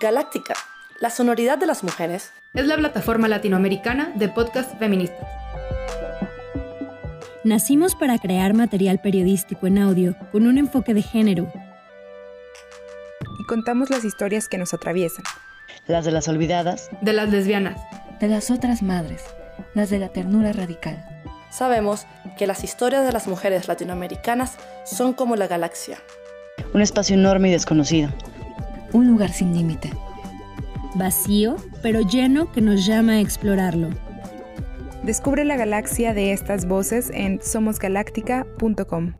Galáctica, la sonoridad de las mujeres. Es la plataforma latinoamericana de podcast feministas. Nacimos para crear material periodístico en audio con un enfoque de género. Y contamos las historias que nos atraviesan. Las de las olvidadas. De las lesbianas. De las otras madres. Las de la ternura radical. Sabemos que las historias de las mujeres latinoamericanas son como la galaxia. Un espacio enorme y desconocido. Un lugar sin límite. Vacío, pero lleno que nos llama a explorarlo. Descubre la galaxia de estas voces en somosgaláctica.com.